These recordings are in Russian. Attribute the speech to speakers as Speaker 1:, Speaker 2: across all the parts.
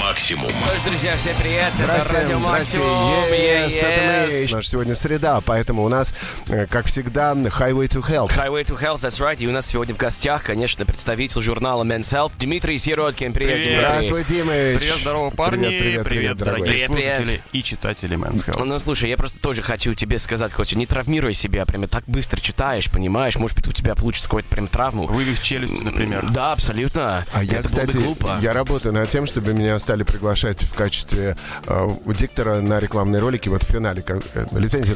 Speaker 1: Максимум.
Speaker 2: Что ж, друзья, всем привет. это
Speaker 3: Здрасте,
Speaker 2: Радио
Speaker 3: здрасте.
Speaker 2: Максимум.
Speaker 3: Yes, это
Speaker 2: yes.
Speaker 3: мы. Наш сегодня среда, поэтому у нас, э, как всегда, Highway to Health.
Speaker 2: Highway to Health, that's right. И у нас сегодня в гостях, конечно, представитель журнала Men's Health Дмитрий Сироткин. Привет,
Speaker 4: Привет.
Speaker 2: Дмитрий.
Speaker 3: Здравствуй, Димыч.
Speaker 4: Привет, здорово, парни.
Speaker 3: Привет,
Speaker 4: Привет,
Speaker 3: привет, привет,
Speaker 4: дорогие
Speaker 3: дорогой.
Speaker 2: Привет,
Speaker 4: слушатели и читатели Мэнс
Speaker 2: Ну, слушай, я просто тоже хочу тебе сказать, Костя, не травмируй себя, прямо так быстро читаешь, понимаешь, может быть, у тебя получится какой-то прям травму.
Speaker 4: Вывих челюсти, например.
Speaker 2: Да, абсолютно.
Speaker 3: А я,
Speaker 2: Это было бы
Speaker 3: кстати,
Speaker 2: глупо.
Speaker 3: я работаю над тем, чтобы меня стали приглашать в качестве э, диктора на рекламные ролики. Вот в финале как, э, лицензию.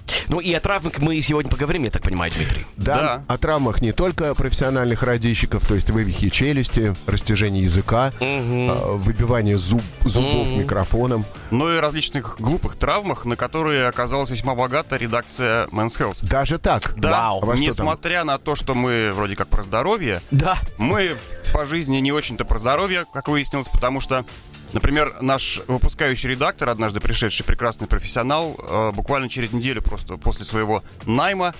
Speaker 2: Ну и о травмах мы сегодня поговорим, я так понимаю, Дмитрий.
Speaker 3: Да,
Speaker 4: Да.
Speaker 3: о травмах не только профессиональных радищиков, то есть вывихи челюсти, растяжение языка, э, выбивание зуб- зубов микрофоном.
Speaker 4: Ну и различных глупых травмах, на которые оказалась весьма богата редакция Мэнс Health.
Speaker 3: Даже так.
Speaker 4: Да,
Speaker 3: А во что там?
Speaker 4: несмотря на то, что мы вроде как про здоровье,
Speaker 2: Да.
Speaker 4: мы по жизни не очень-то про здоровье, как выяснилось, потому что, например, наш выпускающий редактор, однажды пришедший прекрасный профессионал, э, буквально через неделю просто после своего найма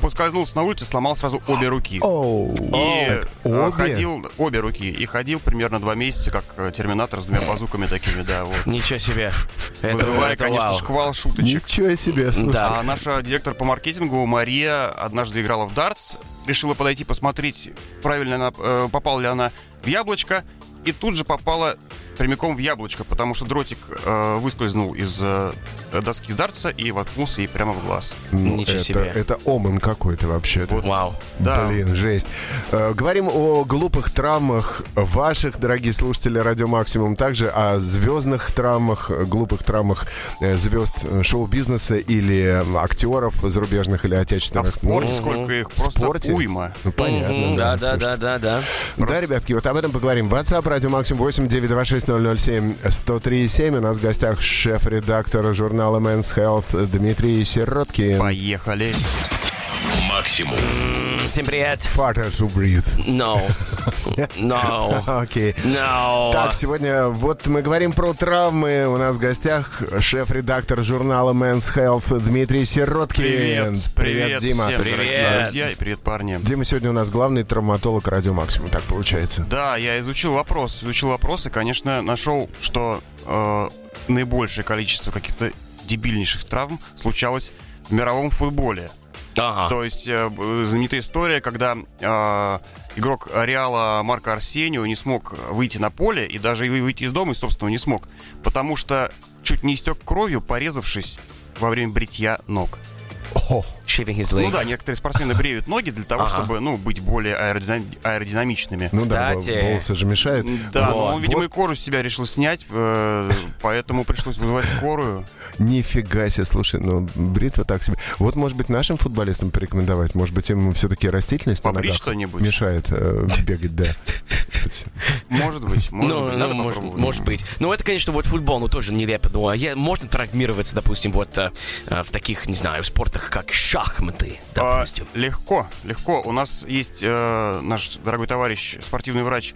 Speaker 4: поскользнулся на улице, сломал сразу обе руки.
Speaker 3: Оу.
Speaker 4: И э,
Speaker 3: обе?
Speaker 4: ходил обе руки и ходил примерно два месяца как э, терминатор с двумя базуками такими, да, вот.
Speaker 2: Ничего себе. Это-
Speaker 4: Вызывая,
Speaker 2: это
Speaker 4: конечно,
Speaker 2: вау.
Speaker 4: шквал шуточек.
Speaker 3: Ничего себе, слушай.
Speaker 2: Да.
Speaker 4: А наша директор по маркетингу Мария однажды играла в дартс, решила подойти посмотреть, правильно она, э, попала ли она в яблочко, и тут же попала прямиком в яблочко, потому что дротик э, выскользнул из э, доски дартса и воткнулся ей прямо в глаз.
Speaker 3: Ну,
Speaker 2: Ничего
Speaker 3: это,
Speaker 2: себе.
Speaker 3: Это оман какой-то вообще.
Speaker 4: Вот,
Speaker 2: Вау.
Speaker 4: да.
Speaker 3: Блин, жесть. Э, Говорим о глупых травмах ваших, дорогие слушатели Радио Максимум, также о звездных травмах, э, глупых травмах э, звезд э, шоу-бизнеса или э, актеров зарубежных или
Speaker 4: А в
Speaker 3: отечественных. Ну,
Speaker 4: спорте сколько их, просто
Speaker 3: спорте?
Speaker 4: уйма.
Speaker 3: ну, понятно.
Speaker 2: Мгм, Да, да,
Speaker 3: слушайте.
Speaker 2: да, да, да.
Speaker 3: Да, ребятки, вот об этом поговорим. WhatsApp, радио Максим 8 926 007 1037. У нас в гостях шеф-редактор журнала Men's Health Дмитрий Сироткин.
Speaker 4: Поехали.
Speaker 1: Максимум.
Speaker 2: Всем привет.
Speaker 3: Partners who breathe.
Speaker 2: No. No.
Speaker 3: Окей.
Speaker 2: No.
Speaker 3: Так, сегодня вот мы говорим про травмы. У нас в гостях шеф-редактор журнала Men's Health Дмитрий Сироткин. привет Дима.
Speaker 4: всем, дорогие
Speaker 2: Привет.
Speaker 4: друзья, и привет, парни.
Speaker 3: Дима сегодня у нас главный травматолог Радио Максимум, так получается.
Speaker 4: Да, я изучил вопрос, изучил вопрос и, конечно, нашел, что э, наибольшее количество каких-то дебильнейших травм случалось в мировом футболе.
Speaker 3: А.
Speaker 2: Ага.
Speaker 4: То есть э, б- знаменитая история, когда э, игрок Реала Марко Арсенио не смог выйти на поле и даже и выйти из дома, и, собственно, не смог, потому что чуть не истек кровью, порезавшись во время бритья ног.
Speaker 2: Shaving his
Speaker 4: Ну
Speaker 2: legs.
Speaker 4: да, некоторые спортсмены бреют ноги для того,
Speaker 2: Ага.
Speaker 4: чтобы, ну, быть более аэродинами- аэродинамичными.
Speaker 3: Ну да,
Speaker 2: Кстати.
Speaker 3: вол- волосы же мешают.
Speaker 2: Ну,
Speaker 4: Да, но
Speaker 3: Вот.
Speaker 4: он, видимо, и кожу с себя решил снять, э, поэтому пришлось вызывать скорую.
Speaker 3: Нифига себе, слушай, ну бритва так себе. Вот, может быть, нашим футболистам порекомендовать, может быть, им все-таки растительность на
Speaker 4: Побрить
Speaker 3: ногах
Speaker 4: что-нибудь?
Speaker 3: мешает э, бегать, да.
Speaker 4: Может быть, может
Speaker 2: Ну,
Speaker 4: быть,
Speaker 2: ну,
Speaker 4: надо
Speaker 2: может,
Speaker 4: попробовать.
Speaker 2: может быть. Ну, это, конечно, вот футбол, ну, тоже нелепо. Ну, а я, можно травмироваться, допустим, вот э, э, в таких, не знаю, спортах, как шахматы,
Speaker 4: А,
Speaker 2: допустим.
Speaker 4: легко, легко. У нас есть э, наш дорогой товарищ, спортивный врач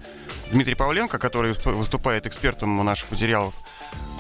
Speaker 4: Дмитрий Павленко, который усп- выступает экспертом наших материалов.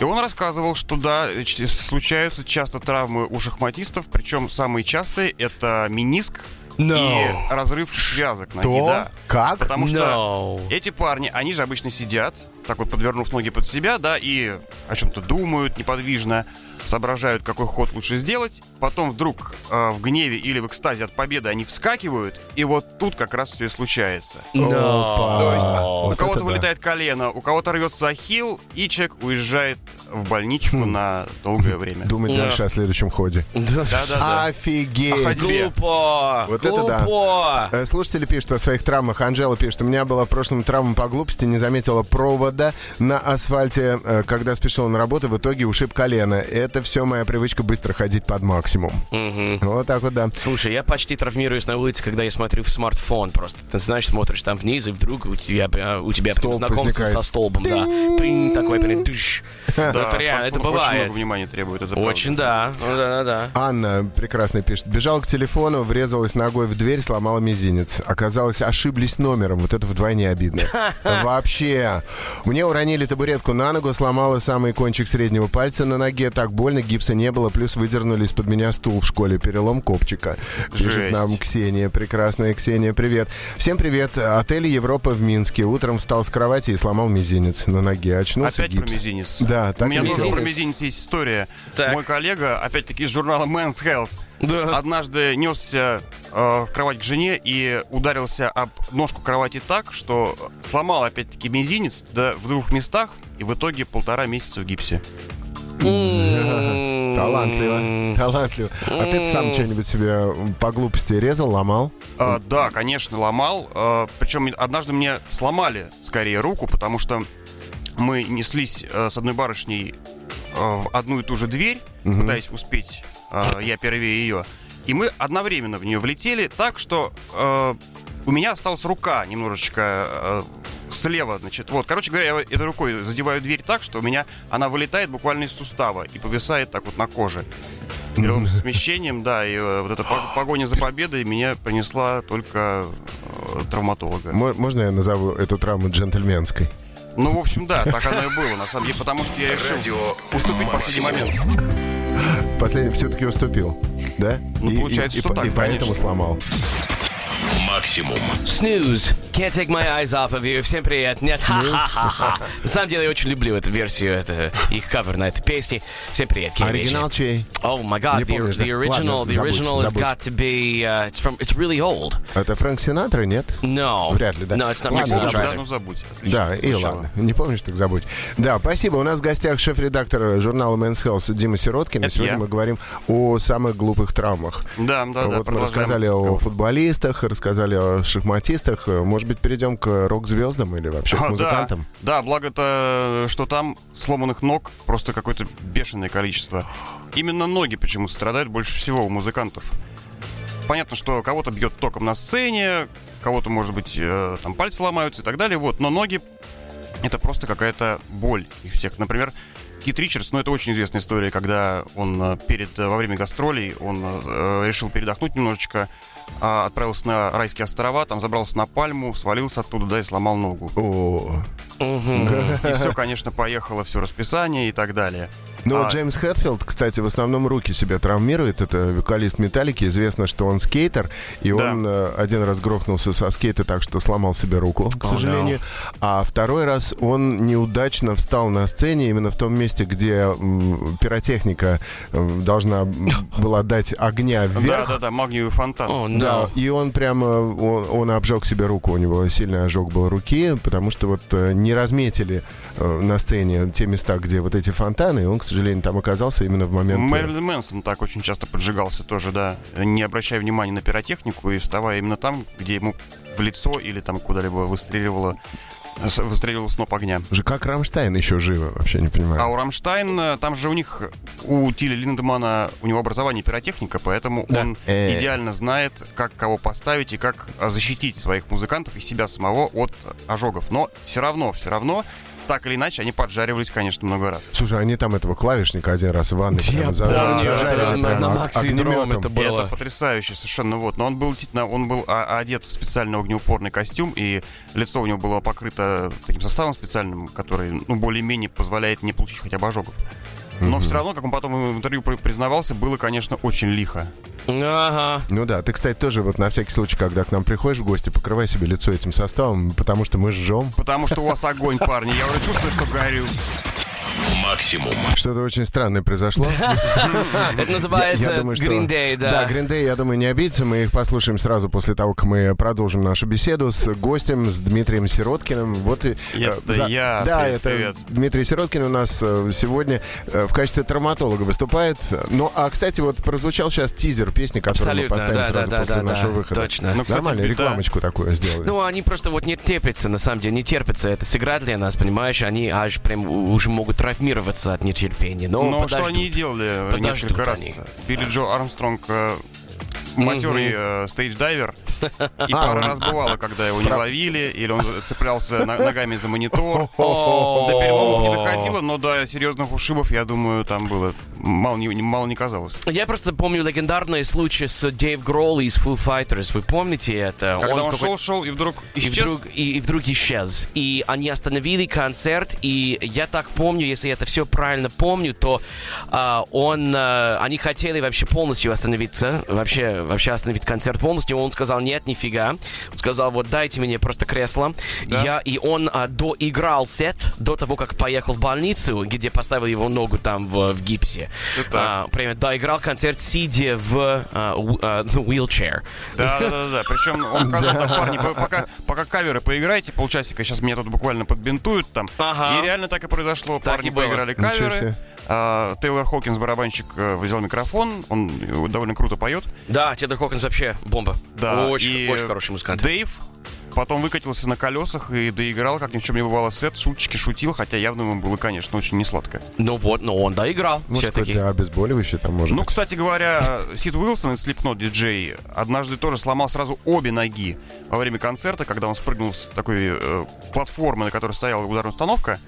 Speaker 4: И он рассказывал, что да, ч- случаются часто травмы у шахматистов, причем самые частые это миниск
Speaker 2: No.
Speaker 4: и разрыв связок ноги.
Speaker 3: То
Speaker 4: Да.
Speaker 3: как?
Speaker 4: Потому что
Speaker 2: No.
Speaker 4: эти парни, они же обычно сидят, так вот подвернув ноги под себя, да, и о чем-то думают неподвижно, соображают, какой ход лучше сделать. Потом вдруг э, в гневе или в экстазе от победы они вскакивают, и вот тут как раз все и случается.
Speaker 2: No.
Speaker 3: Опа.
Speaker 4: То есть
Speaker 3: Вот
Speaker 4: у кого-то
Speaker 3: это да.
Speaker 4: вылетает колено, у кого-то рвется ахилл, и человек уезжает в
Speaker 2: Хм.
Speaker 4: больничку на долгое время.
Speaker 3: Думать
Speaker 2: Да.
Speaker 3: дальше о следующем ходе.
Speaker 2: Да.
Speaker 4: Да-да-да.
Speaker 3: Офигеть!
Speaker 4: Охотись. тебе.
Speaker 2: Глупо.
Speaker 3: Вот это да.
Speaker 2: Глупо.
Speaker 3: Э, Слушатели пишут о своих травмах. Анжела пишет, у меня была в прошлом травма по глупости, не заметила провода на асфальте, э, когда спешила на работу, в итоге ушиб колено. Это все моя привычка быстро ходить под максимум.
Speaker 2: Мгм.
Speaker 3: Вот так вот, да.
Speaker 2: Слушай, я почти травмируюсь на улице, когда я смотрю в смартфон просто. Ты знаешь, смотришь там вниз, и вдруг у тебя, прям- у тебя прям
Speaker 3: Столб
Speaker 2: знакомство
Speaker 3: возникает.
Speaker 2: со столбом, да. Тынь такой, прям, тыщ.
Speaker 4: Да,
Speaker 2: это реально,
Speaker 4: смартфон
Speaker 2: это
Speaker 4: Очень
Speaker 2: бывает.
Speaker 4: много внимания требует. Это правда.
Speaker 2: Очень, да. Ну, да, да, да.
Speaker 3: Анна прекрасно пишет. Бежал к телефону, врезалась ногой в дверь, сломала мизинец. Оказалось, ошиблись номером. Вот это вдвойне обидно. Вообще. Мне уронили табуретку на ногу, сломала самый кончик среднего пальца на ноге. Так больно, гипса не было. Плюс выдернули из-под меня стул в школе. Перелом копчика. Пишет
Speaker 4: Жесть.
Speaker 3: нам Ксения. Прекрасная Ксения, привет. Всем привет. Отель Европа в Минске. Утром встал с кровати и сломал мизинец на ноге. Очнулся
Speaker 4: Опять
Speaker 3: гипс.
Speaker 4: про мизинец.
Speaker 3: Да, так
Speaker 4: У меня
Speaker 3: и
Speaker 4: тоже
Speaker 3: делается.
Speaker 4: про мизинец есть история.
Speaker 2: Так.
Speaker 4: Мой коллега, опять-таки, из журнала Men's Health,
Speaker 3: А,
Speaker 2: Да.
Speaker 4: однажды несся э, в кровать к жене и ударился об ножку кровати так, что сломал, опять-таки, мизинец да, в двух местах, и в итоге полтора месяца в гипсе.
Speaker 2: М.
Speaker 3: а, Талантливо, талантливо. А ты сам что-нибудь себе по глупости резал, ломал?
Speaker 4: А, да, конечно, ломал. А, причем однажды мне сломали скорее руку, потому что мы неслись а, с одной барышней а, в одну и ту же дверь, пытаясь успеть, а, я первее ее. И мы одновременно в нее влетели так, что а, у меня осталась рука немножечко а, слева, значит. Вот, короче говоря, я этой рукой задеваю дверь так, что у меня она вылетает буквально из сустава и повисает так вот на коже. Перелом с смещением, да, и э, вот эта пог- погоня за победой меня принесла только э, травматолога.
Speaker 3: Мо- Можно я назову эту травму джентльменской?
Speaker 4: Ну, в общем, да, так оно и было, на самом деле, потому что я решил
Speaker 1: Радио
Speaker 4: уступить в последний момент.
Speaker 3: Последний все-таки уступил, да?
Speaker 4: Ну, получается,
Speaker 3: и,
Speaker 4: что
Speaker 3: по-
Speaker 4: так,
Speaker 3: и поэтому
Speaker 4: конечно.
Speaker 3: сломал.
Speaker 1: максимум.
Speaker 2: Snooze. Can't take my eyes off of you. Всем привет. Нет, ха-ха-ха. На самом деле, я очень люблю эту версию, это, их кавер на этой песне. Всем привет, Кирилл
Speaker 3: Оригинал чей?
Speaker 2: Oh my God!
Speaker 3: Не
Speaker 2: The,
Speaker 3: помнишь, да?
Speaker 2: the original,
Speaker 3: Ладно,
Speaker 2: the
Speaker 3: забудь,
Speaker 2: original has
Speaker 3: забудь.
Speaker 2: got to be. Uh, it's from. It's really old.
Speaker 3: Это Фрэнк Синатра, нет?
Speaker 2: No,
Speaker 3: Вряд ли, да.
Speaker 2: No, it's not.
Speaker 3: Не
Speaker 2: Frank
Speaker 3: Ладно,
Speaker 4: Помнишь,
Speaker 2: Sinatra.
Speaker 4: да, ну забудь. Отлично.
Speaker 3: Да, и
Speaker 4: Сначала.
Speaker 3: ладно. Не помнишь, так забудь. Да, спасибо. У нас в гостях шеф-редактор журнала Men's Health Дима Сироткин. И
Speaker 4: Это
Speaker 3: сегодня
Speaker 4: я.
Speaker 3: мы говорим о самых глупых травмах.
Speaker 4: Да, да, да,
Speaker 3: вот мы
Speaker 4: продолжаем
Speaker 3: рассказали о
Speaker 4: разговор.
Speaker 3: футболистах, рассказали о шахматистах. Может быть, перейдем к рок-звездам или вообще к
Speaker 4: А, да,
Speaker 3: музыкантам?
Speaker 4: да, благо-то, что там сломанных ног просто какое-то бешеное количество. Именно ноги почему страдают больше всего у музыкантов. Понятно, что кого-то бьет током на сцене, кого-то, может быть, э, там пальцы ломаются и так далее, вот, но ноги это просто какая-то боль их всех. Например, Кит Ричардс, ну это очень известная история, когда он э, перед, э, во время гастролей он э, решил передохнуть немножечко, а, отправился на райские острова, там забрался на пальму, свалился оттуда, да, и сломал ногу.
Speaker 3: О,
Speaker 4: И все, конечно, поехало, все расписание и так далее.
Speaker 3: Ну, вот
Speaker 4: А.
Speaker 3: Джеймс Хэтфилд, кстати, в основном руки себя травмирует. Это вокалист Металлики. Известно, что он скейтер. И
Speaker 4: Да.
Speaker 3: он э, один раз грохнулся со скейта так, что сломал себе руку, к сожалению. А второй раз он неудачно встал на сцене именно в том месте, где м, пиротехника э, должна м, была дать огня вверх.
Speaker 4: Да-да-да, магниевый фонтан.
Speaker 2: Oh
Speaker 3: Да,
Speaker 2: no!
Speaker 3: и он прямо, он, он обжег себе руку, у него сильный ожог был руки, потому что вот э, не разметили э, на сцене те места, где вот эти фонтаны, и он, к сожалению, там оказался именно в момент... э,
Speaker 4: Мэрилин Мэнсон так очень часто поджигался тоже, да, не обращая внимания на пиротехнику и вставая именно там, где ему в лицо или там куда-либо выстреливало с- выстреливал сноп огня.
Speaker 3: э, Же как Рамштайн еще живы, вообще не понимаю.
Speaker 4: А у Рамштайн, там же у них, у Тиля Линдемана, у него образование пиротехника, поэтому
Speaker 2: Да.
Speaker 4: он
Speaker 3: Э.
Speaker 4: идеально знает, как кого поставить и как а, защитить своих музыкантов и себя самого от ожогов. Но все равно, все равно, так или иначе, они поджаривались, конечно, много раз.
Speaker 3: Слушай, они там этого клавишника один раз в ванной прямо за-
Speaker 4: помню,
Speaker 3: зажарили
Speaker 4: это
Speaker 2: на-
Speaker 3: прямо
Speaker 2: на
Speaker 3: ог-
Speaker 2: Максимиум
Speaker 3: огнемётом.
Speaker 2: это было.
Speaker 4: Это потрясающе совершенно, вот. Но он был действительно, он был а, одет в специально огнеупорный костюм, и лицо у него было покрыто таким составом специальным, который, ну, более-менее позволяет не получить хотя бы ожогов. Но все равно, как он потом в интервью при- признавался, было, конечно, очень лихо.
Speaker 2: Ага.
Speaker 3: Ну да, ты, кстати, тоже вот на всякий случай, когда к нам приходишь в гости, покрывай себе лицо этим составом, потому что мы жжем.
Speaker 4: Потому что у вас огонь, парни. Я уже чувствую, что горю.
Speaker 1: Максимум.
Speaker 3: Что-то очень странное произошло.
Speaker 2: Это
Speaker 3: Я-
Speaker 2: называется
Speaker 3: я думаю, что-
Speaker 2: Green Day, да.
Speaker 3: Да, Green Day, я думаю, не обидится. Мы их послушаем сразу после того, как мы продолжим нашу беседу с гостем, с Дмитрием Сироткиным. Вот и... э,
Speaker 4: Это я.
Speaker 3: Да,
Speaker 4: Привет,
Speaker 3: это
Speaker 4: привет.
Speaker 3: Дмитрий Сироткин у нас э, сегодня э, в качестве травматолога выступает. Ну, а, кстати, вот прозвучал сейчас тизер песни, которую
Speaker 2: Абсолютно,
Speaker 3: мы поставим
Speaker 2: да,
Speaker 3: сразу
Speaker 2: да, да,
Speaker 3: после
Speaker 2: да,
Speaker 3: нашего
Speaker 2: да.
Speaker 3: выхода.
Speaker 2: Точно. Ну,
Speaker 4: кстати,
Speaker 3: Нормально,
Speaker 4: да.
Speaker 3: рекламочку такую сделали.
Speaker 2: Ну, они просто вот не терпятся, на самом деле, не терпятся. Это сыграть для нас, понимаешь? Они аж прям у- уже могут травмироваться от нетерпения. Но,
Speaker 4: Но что
Speaker 2: подождут.
Speaker 4: они и делали э,
Speaker 2: Подождут
Speaker 4: несколько раз.
Speaker 2: они.
Speaker 4: Билли Джо Армстронг э, матерый э, стейдж-дайвер. И пару
Speaker 2: А,
Speaker 4: раз бывало, когда его не ловили, или он цеплялся на- ногами за монитор. До переломов не доходило, но до серьезных ушибов, я думаю, там было мало не, мало не казалось.
Speaker 2: Я просто помню легендарный случай с Дэйв Гролли из Foo Fighters. Вы помните это?
Speaker 4: Когда
Speaker 2: в
Speaker 4: он
Speaker 2: какой-
Speaker 4: шел, шел и вдруг
Speaker 2: И
Speaker 4: исчез.
Speaker 2: вдруг, и, и вдруг исчез. И они остановили концерт, и я так помню, если я это все правильно помню, то а, он, а, они хотели вообще полностью остановиться, вообще, вообще остановить концерт полностью. Он сказал, нет, нифига. Он сказал, вот дайте мне просто кресло. Я, и он а, доиграл сет до того, как поехал в больницу, где поставили его ногу там в, в гипсе.
Speaker 4: Это так.
Speaker 2: А, прямо доиграл концерт, сидя в а, у- а, wheelchair.
Speaker 4: Да, да, да, да. Причем он сказал, там, парни, по- пока, пока каверы поиграйте, полчасика, сейчас меня тут буквально подбинтуют там.
Speaker 2: Ага.
Speaker 4: И реально так и произошло.
Speaker 2: Так
Speaker 4: парни
Speaker 2: и было.
Speaker 4: поиграли
Speaker 3: Ничего
Speaker 4: каверы.
Speaker 3: себе.
Speaker 4: А, Тейлор Хокинс, барабанщик, э, взял микрофон, он э, довольно круто поет.
Speaker 2: Да, Тедор Хокинс вообще бомба.
Speaker 4: Да,
Speaker 2: Очень,
Speaker 4: и
Speaker 2: очень хороший музыкант.
Speaker 4: Дэйв потом выкатился на колесах и доиграл, как ни в чем не бывало, сет, шуточки шутил, хотя явно ему было, конечно, очень несладко.
Speaker 2: Ну вот, но он доиграл
Speaker 3: Может,
Speaker 2: все-таки.
Speaker 3: какое-то обезболивающее там может
Speaker 4: Ну,
Speaker 3: быть?
Speaker 4: кстати говоря, Сид Уилсон из Slipknot диджей однажды тоже сломал сразу обе ноги во время концерта, когда он спрыгнул с такой э, платформы, на которой стояла ударная установка.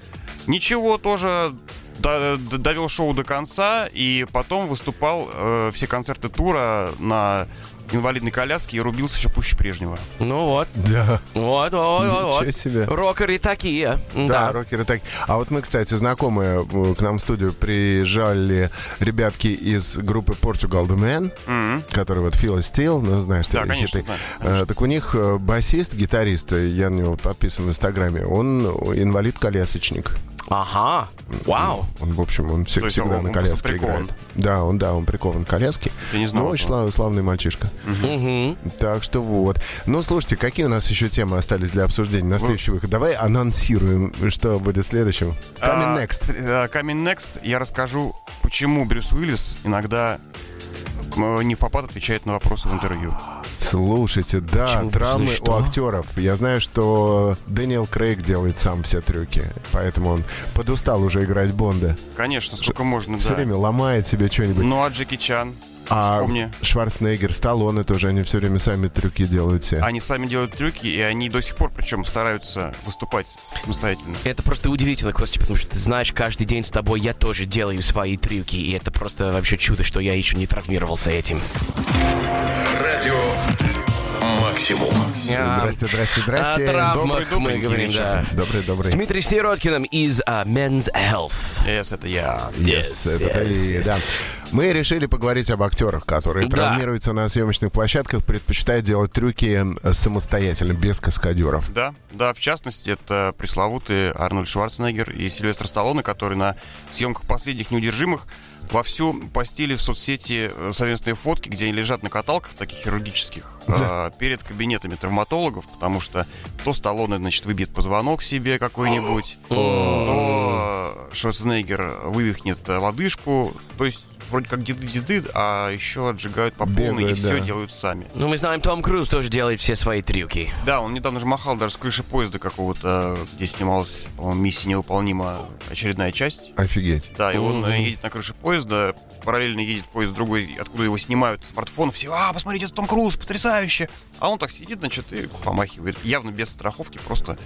Speaker 4: Ничего, тоже до- до- довел шоу до конца и потом выступал э, все концерты тура на инвалидной коляске и рубился еще пуще прежнего.
Speaker 2: Ну вот,
Speaker 3: Да.
Speaker 2: вот, вот, вот, вот.
Speaker 3: Ничего себе.
Speaker 2: Рокеры такие.
Speaker 3: Да,
Speaker 2: Да.
Speaker 3: рокеры так. А вот мы, кстати, знакомые э, к нам в студию приезжали ребятки из группы Portugal The Man, который вот Фила Стил, ну знаешь,
Speaker 4: Да,
Speaker 3: такие
Speaker 4: конечно,
Speaker 3: хиты.
Speaker 4: да,
Speaker 3: Э, Так у них э, басист, гитарист, э, я на него подписан в Инстаграме, он инвалид-колясочник.
Speaker 2: Ага. Вау.
Speaker 3: Он, в общем, он всег-
Speaker 4: То есть он-
Speaker 3: всегда
Speaker 4: он
Speaker 3: на
Speaker 4: просто
Speaker 3: коляске
Speaker 4: прикован.
Speaker 3: играет. Да, он, да, он прикован к коляске.
Speaker 4: Я не знал
Speaker 3: Ну, очень
Speaker 4: этого.
Speaker 3: слав- славный мальчишка.
Speaker 2: Мгм.
Speaker 3: Так что вот. Ну, слушайте, какие у нас еще темы остались для обсуждения на следующий выход? Давай анонсируем, что будет следующим. Coming
Speaker 4: А,
Speaker 3: next.
Speaker 4: э, Coming next я расскажу, почему Брюс Уиллис иногда э, не в попад отвечает на вопросы в интервью.
Speaker 3: Слушайте, да,
Speaker 2: Чего,
Speaker 3: травмы
Speaker 2: слушай,
Speaker 3: у
Speaker 2: что?
Speaker 3: актеров. Я знаю, что Дэниел Крейг делает сам все трюки, поэтому он подустал уже играть Бонда.
Speaker 4: Конечно, сколько можно,
Speaker 3: Все
Speaker 4: да.
Speaker 3: время ломает себе что-нибудь.
Speaker 4: Ну а Джеки Чан,
Speaker 3: а
Speaker 4: вспомни.
Speaker 3: Шварценеггер, Сталлоне тоже, они все время сами трюки делают все.
Speaker 4: Они сами делают трюки, и они до сих пор, причем, стараются выступать самостоятельно.
Speaker 2: Это просто удивительно, Костя, потому что ты знаешь, каждый день с тобой я тоже делаю свои трюки, и это просто вообще чудо, что я еще не травмировался этим.
Speaker 1: Радио Максимум.
Speaker 3: Здрасте, здрасте, здрасте.
Speaker 2: А, О травмах
Speaker 4: Добрый-добрый
Speaker 2: мы говорим,
Speaker 4: вечер.
Speaker 2: да.
Speaker 3: Добрый,
Speaker 2: С
Speaker 3: добрый.
Speaker 2: Дмитрием Сироткиным из а, Men's Health.
Speaker 4: Yes, это я.
Speaker 3: Yes,
Speaker 2: Yes,
Speaker 3: это
Speaker 2: yes,
Speaker 3: ты,
Speaker 2: yes.
Speaker 3: да. Мы решили поговорить об актерах, которые
Speaker 2: Да.
Speaker 3: травмируются на съемочных площадках, предпочитая делать трюки э, самостоятельно, без каскадеров.
Speaker 4: Да, да, в частности, это пресловутые Арнольд Шварценеггер и Сильвестр Сталлоне, которые на съемках последних неудержимых вовсю постили в соцсети э, совместные фотки, где они лежат на каталках, таких хирургических, э, перед кабинетами травматологов, потому что то Сталлоне, значит, выбьет позвонок себе какой-нибудь, то э, Шварценеггер вывихнет э, лодыжку, то есть вроде как деды-деды, а еще отжигают по полной и
Speaker 3: Бегают,
Speaker 4: все
Speaker 3: да.
Speaker 4: делают сами.
Speaker 2: Ну, мы знаем, Том Круз тоже делает все свои трюки.
Speaker 4: Да, он недавно же махал даже с крыши поезда какого-то, э, где снималась, по-моему, миссия невыполнима очередная часть.
Speaker 3: Офигеть.
Speaker 4: Да, и он
Speaker 2: Мгм.
Speaker 4: э, едет на крыше поезда, параллельно едет поезд другой, откуда его снимают смартфон, все, а, посмотрите, это Том Круз, потрясающе. А он так сидит, значит, и помахивает. Явно без страховки, просто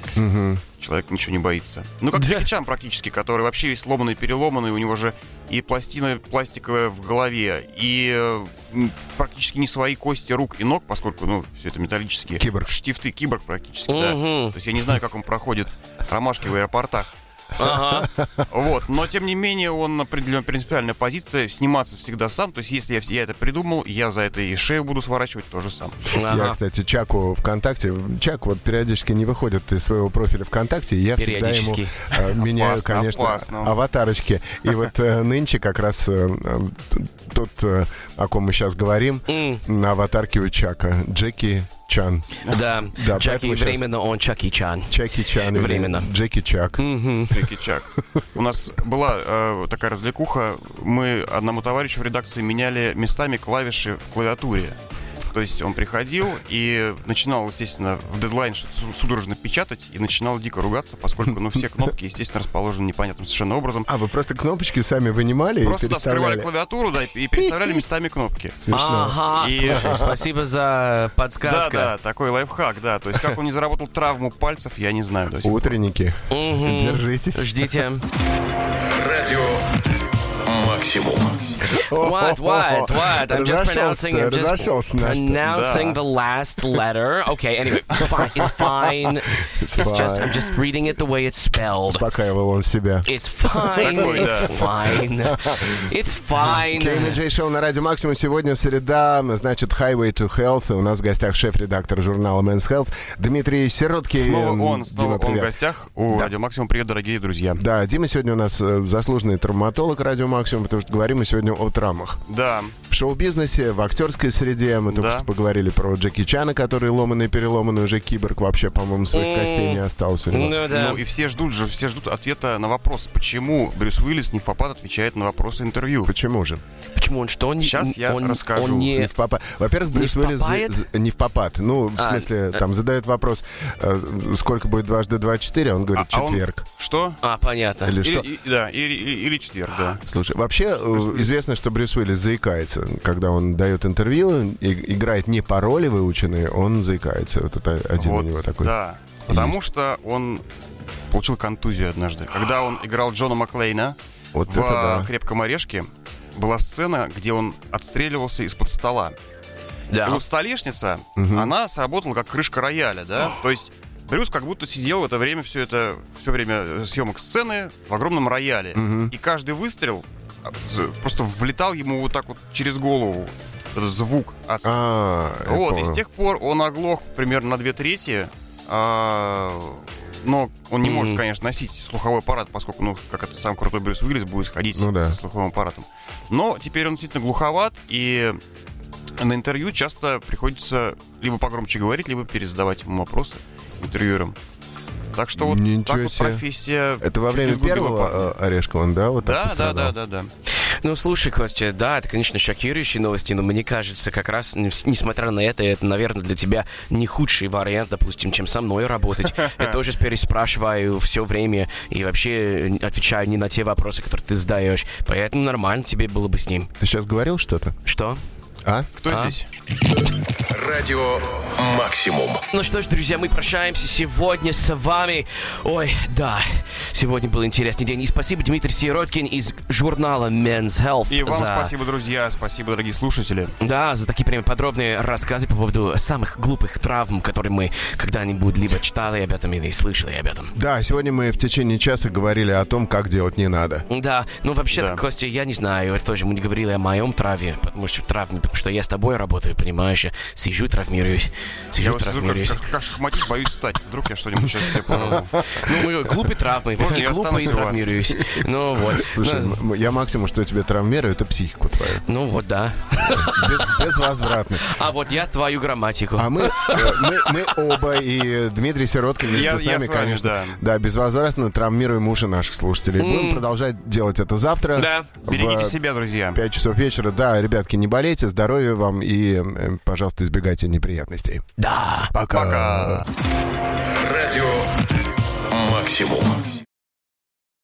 Speaker 4: человек ничего не боится. Ну, как
Speaker 2: Да.
Speaker 4: Джеки Чан практически, который вообще весь сломанный, переломанный, у него же и пластина пластиковая в голове, и э, м, практически не свои кости рук и ног, поскольку, ну, все это металлические.
Speaker 3: Киборг.
Speaker 4: Штифты, киборг практически, да.
Speaker 2: Мгм.
Speaker 4: То есть я не знаю, как он проходит ромашки в аэропортах.
Speaker 2: Ага.
Speaker 4: Вот, но тем не менее он определен принципиальная позиция сниматься всегда сам. То есть если я, я это придумал, я за это и шею буду сворачивать тоже сам.
Speaker 3: Я,
Speaker 2: Ага.
Speaker 3: кстати, Чаку ВКонтакте. Чак вот периодически не выходит из своего профиля ВКонтакте, и я всегда ему
Speaker 2: Периодически.
Speaker 3: э, меняю,
Speaker 4: Опасно,
Speaker 3: конечно,
Speaker 4: опасно.
Speaker 3: аватарочки. И вот э, нынче как раз э, э, тот, э, о ком мы сейчас говорим,
Speaker 2: М.
Speaker 3: на аватарке у Чака. Джеки Чан.
Speaker 2: Да,
Speaker 3: Да,
Speaker 2: Чаки
Speaker 3: поэтому щас-
Speaker 2: временно он Чаки Чан.
Speaker 3: Чаки Чан. или
Speaker 2: Временно.
Speaker 3: Джеки Чак.
Speaker 4: Джеки Чак. У нас была э, такая развлекуха. Мы одному товарищу в редакции меняли местами клавиши в клавиатуре. То есть он приходил и начинал, естественно, в дедлайн что-то су- судорожно печатать и начинал дико ругаться, поскольку, ну, все кнопки, естественно, расположены непонятным совершенно образом.
Speaker 3: А, вы просто кнопочки сами вынимали
Speaker 4: Просто
Speaker 3: и
Speaker 4: туда вскрывали
Speaker 3: переставляли?
Speaker 4: клавиатуру, да, и переставляли местами кнопки.
Speaker 3: Смешно.
Speaker 2: Ага,
Speaker 4: И-
Speaker 2: слушай, спасибо за
Speaker 4: Да,
Speaker 2: подсказку.
Speaker 4: да, такой лайфхак, да. То есть как он не заработал травму пальцев, я не знаю. до сих пор.
Speaker 3: Утренники.
Speaker 2: Мгм.
Speaker 3: Держитесь.
Speaker 2: Ждите.
Speaker 1: Радио Максимум.
Speaker 2: What, what, what? I'm just
Speaker 3: Разошелся
Speaker 2: pronouncing,
Speaker 3: ты,
Speaker 2: I'm just
Speaker 3: разошелся наш ты.
Speaker 2: pronouncing
Speaker 4: Да.
Speaker 2: the last letter. Okay, anyway, it's fine. It's fine. It's, just, I'm just reading it the way it's spelled.
Speaker 3: Успокаивал он себя.
Speaker 2: It's fine.
Speaker 4: Такой, да.
Speaker 2: It's fine. It's fine.
Speaker 3: Джей Шоу на Радио Максимум. Сегодня среда, значит, Highway to Health. И У нас в гостях шеф-редактор журнала Men's Health Дмитрий Сироткин.
Speaker 4: Снова он,
Speaker 3: Дима,
Speaker 4: снова он в
Speaker 3: привет.
Speaker 4: гостях у Радио Максимум. Привет, дорогие друзья.
Speaker 3: Да, Дима сегодня у нас э, заслуженный травматолог Радио Максимум, потому что говорим мы сегодня о травмах.
Speaker 4: Да,
Speaker 3: В шоу-бизнесе, в актерской среде. Мы только
Speaker 4: Да.
Speaker 3: что поговорили про Джеки Чана, который ломанный, переломанный уже киборг. Вообще, по-моему, своих костей не осталось у него.
Speaker 2: Ну да.
Speaker 4: Ну и все ждут же, все ждут ответа на вопрос, почему Брюс Уиллис не в попад отвечает на вопросы интервью.
Speaker 3: Почему же?
Speaker 2: Почему он что? Он,
Speaker 4: Щас я
Speaker 2: он,
Speaker 4: расскажу.
Speaker 2: Он
Speaker 3: Не
Speaker 2: Э, не...
Speaker 3: в попа- Во-первых, Брюс
Speaker 2: в
Speaker 3: Уиллис за-
Speaker 2: попает?
Speaker 3: за- не в попад. Ну, в
Speaker 2: А,
Speaker 3: смысле, там задают вопрос, э, сколько будет дважды два четыре, а он говорит
Speaker 4: А- а он-
Speaker 3: четверг.
Speaker 4: Что?
Speaker 2: А, понятно.
Speaker 3: Или
Speaker 4: Или-
Speaker 3: что?
Speaker 4: и- да, или, и- или четверг, да.
Speaker 3: Слушай, вообще э, известно, что Брюс Уиллис заикается. Когда он дает интервью, и- играет не по роли выученные, он заикается. Вот это один
Speaker 4: Вот,
Speaker 3: у него такой.
Speaker 4: Да. Потому что он получил контузию однажды. Когда он играл Джона Маклейна
Speaker 3: Вот
Speaker 4: в
Speaker 3: это да.
Speaker 4: а, «Крепком орешке», была сцена, где он отстреливался из-под стола. И
Speaker 2: Да.
Speaker 4: вот столешница, она сработала как крышка рояля, да? То есть Брюс как будто сидел в это время, все это, все время э, съемок сцены в огромном рояле. И каждый выстрел а, з- просто влетал ему вот так вот через голову этот звук. от-
Speaker 3: А, я
Speaker 4: вот, и
Speaker 3: понял.
Speaker 4: с тех пор он оглох примерно на две трети. а, но он не может, конечно, носить слуховой аппарат, поскольку, ну, как это сам крутой Брюс Уиллис будет ходить
Speaker 3: Ну да.
Speaker 4: со слуховым аппаратом. Но теперь он действительно глуховат, и на интервью часто приходится либо погромче говорить, либо перезадавать ему вопросы интервьюерам. Так что вот
Speaker 3: Ничего
Speaker 4: так вот
Speaker 3: себе.
Speaker 4: профессия.
Speaker 3: Это во
Speaker 4: чуть
Speaker 3: время
Speaker 4: не сгубила парня.
Speaker 3: первого э, орешка он, да? Вот так
Speaker 4: Да, да,
Speaker 3: пострадал?
Speaker 4: да, да, да.
Speaker 2: Ну, слушай, Костя, да, это, конечно, шокирующие новости, но мне кажется, как раз, н- вс- несмотря на это, это, наверное, для тебя не худший вариант, допустим, чем со мной работать. Я тоже переспрашиваю все время и вообще э, отвечаю не на те вопросы, которые ты задаешь. Поэтому нормально тебе было бы с ним.
Speaker 3: Ты сейчас говорил что-то?
Speaker 2: Что?
Speaker 3: А?
Speaker 4: Кто
Speaker 2: А?
Speaker 4: здесь?
Speaker 1: Радио Максимум.
Speaker 2: Ну что ж, друзья, мы прощаемся сегодня с вами. Ой, да, сегодня был интересный день. И спасибо, Дмитрий Сироткин из журнала Men's Health.
Speaker 4: И вам
Speaker 2: за-
Speaker 4: спасибо, друзья, спасибо, дорогие слушатели.
Speaker 2: Да, за такие прям подробные рассказы по поводу самых глупых травм, которые мы когда-нибудь либо читали об этом или слышали об этом.
Speaker 3: Да, сегодня мы в течение часа говорили о том, как делать не надо.
Speaker 2: Да, ну вообще,
Speaker 4: Да.
Speaker 2: то Костя, я не знаю, это тоже мы не говорили о моем траве, потому что травме, потому что я с тобой работаю, понимаешь, я сижу, травмируюсь,
Speaker 4: Я
Speaker 2: сижу,
Speaker 4: вот сижу, как,
Speaker 2: травмируюсь.
Speaker 4: как, как шахматист, боюсь встать. Вдруг я что-нибудь сейчас себе порву.
Speaker 2: Ну, мы глупые травмы,
Speaker 4: Можно Ну, я
Speaker 2: глупые
Speaker 4: останусь у вас?
Speaker 2: травмируюсь. Ну вот,
Speaker 3: Слушай,
Speaker 2: Ну,
Speaker 3: м- я максимум, что тебе травмирую, это психику твою.
Speaker 2: ну вот, да.
Speaker 3: Без, безвозвратно.
Speaker 2: А вот я твою грамматику.
Speaker 3: А мы, э, мы, мы оба, и Дмитрий Сироткин вместе
Speaker 4: Я-
Speaker 3: с
Speaker 4: я
Speaker 3: нами,
Speaker 4: с вами,
Speaker 3: конечно.
Speaker 4: да.
Speaker 3: безвозвратно травмируем уши наших слушателей. Будем продолжать делать это завтра.
Speaker 2: Да.
Speaker 3: в
Speaker 4: Берегите себя, друзья.
Speaker 3: 5 часов вечера. Да, ребятки, не болейте, здоровья вам и, э, пожалуйста, избегайте неприятностей.
Speaker 2: Да.
Speaker 3: Пока.
Speaker 1: Радио Максимум.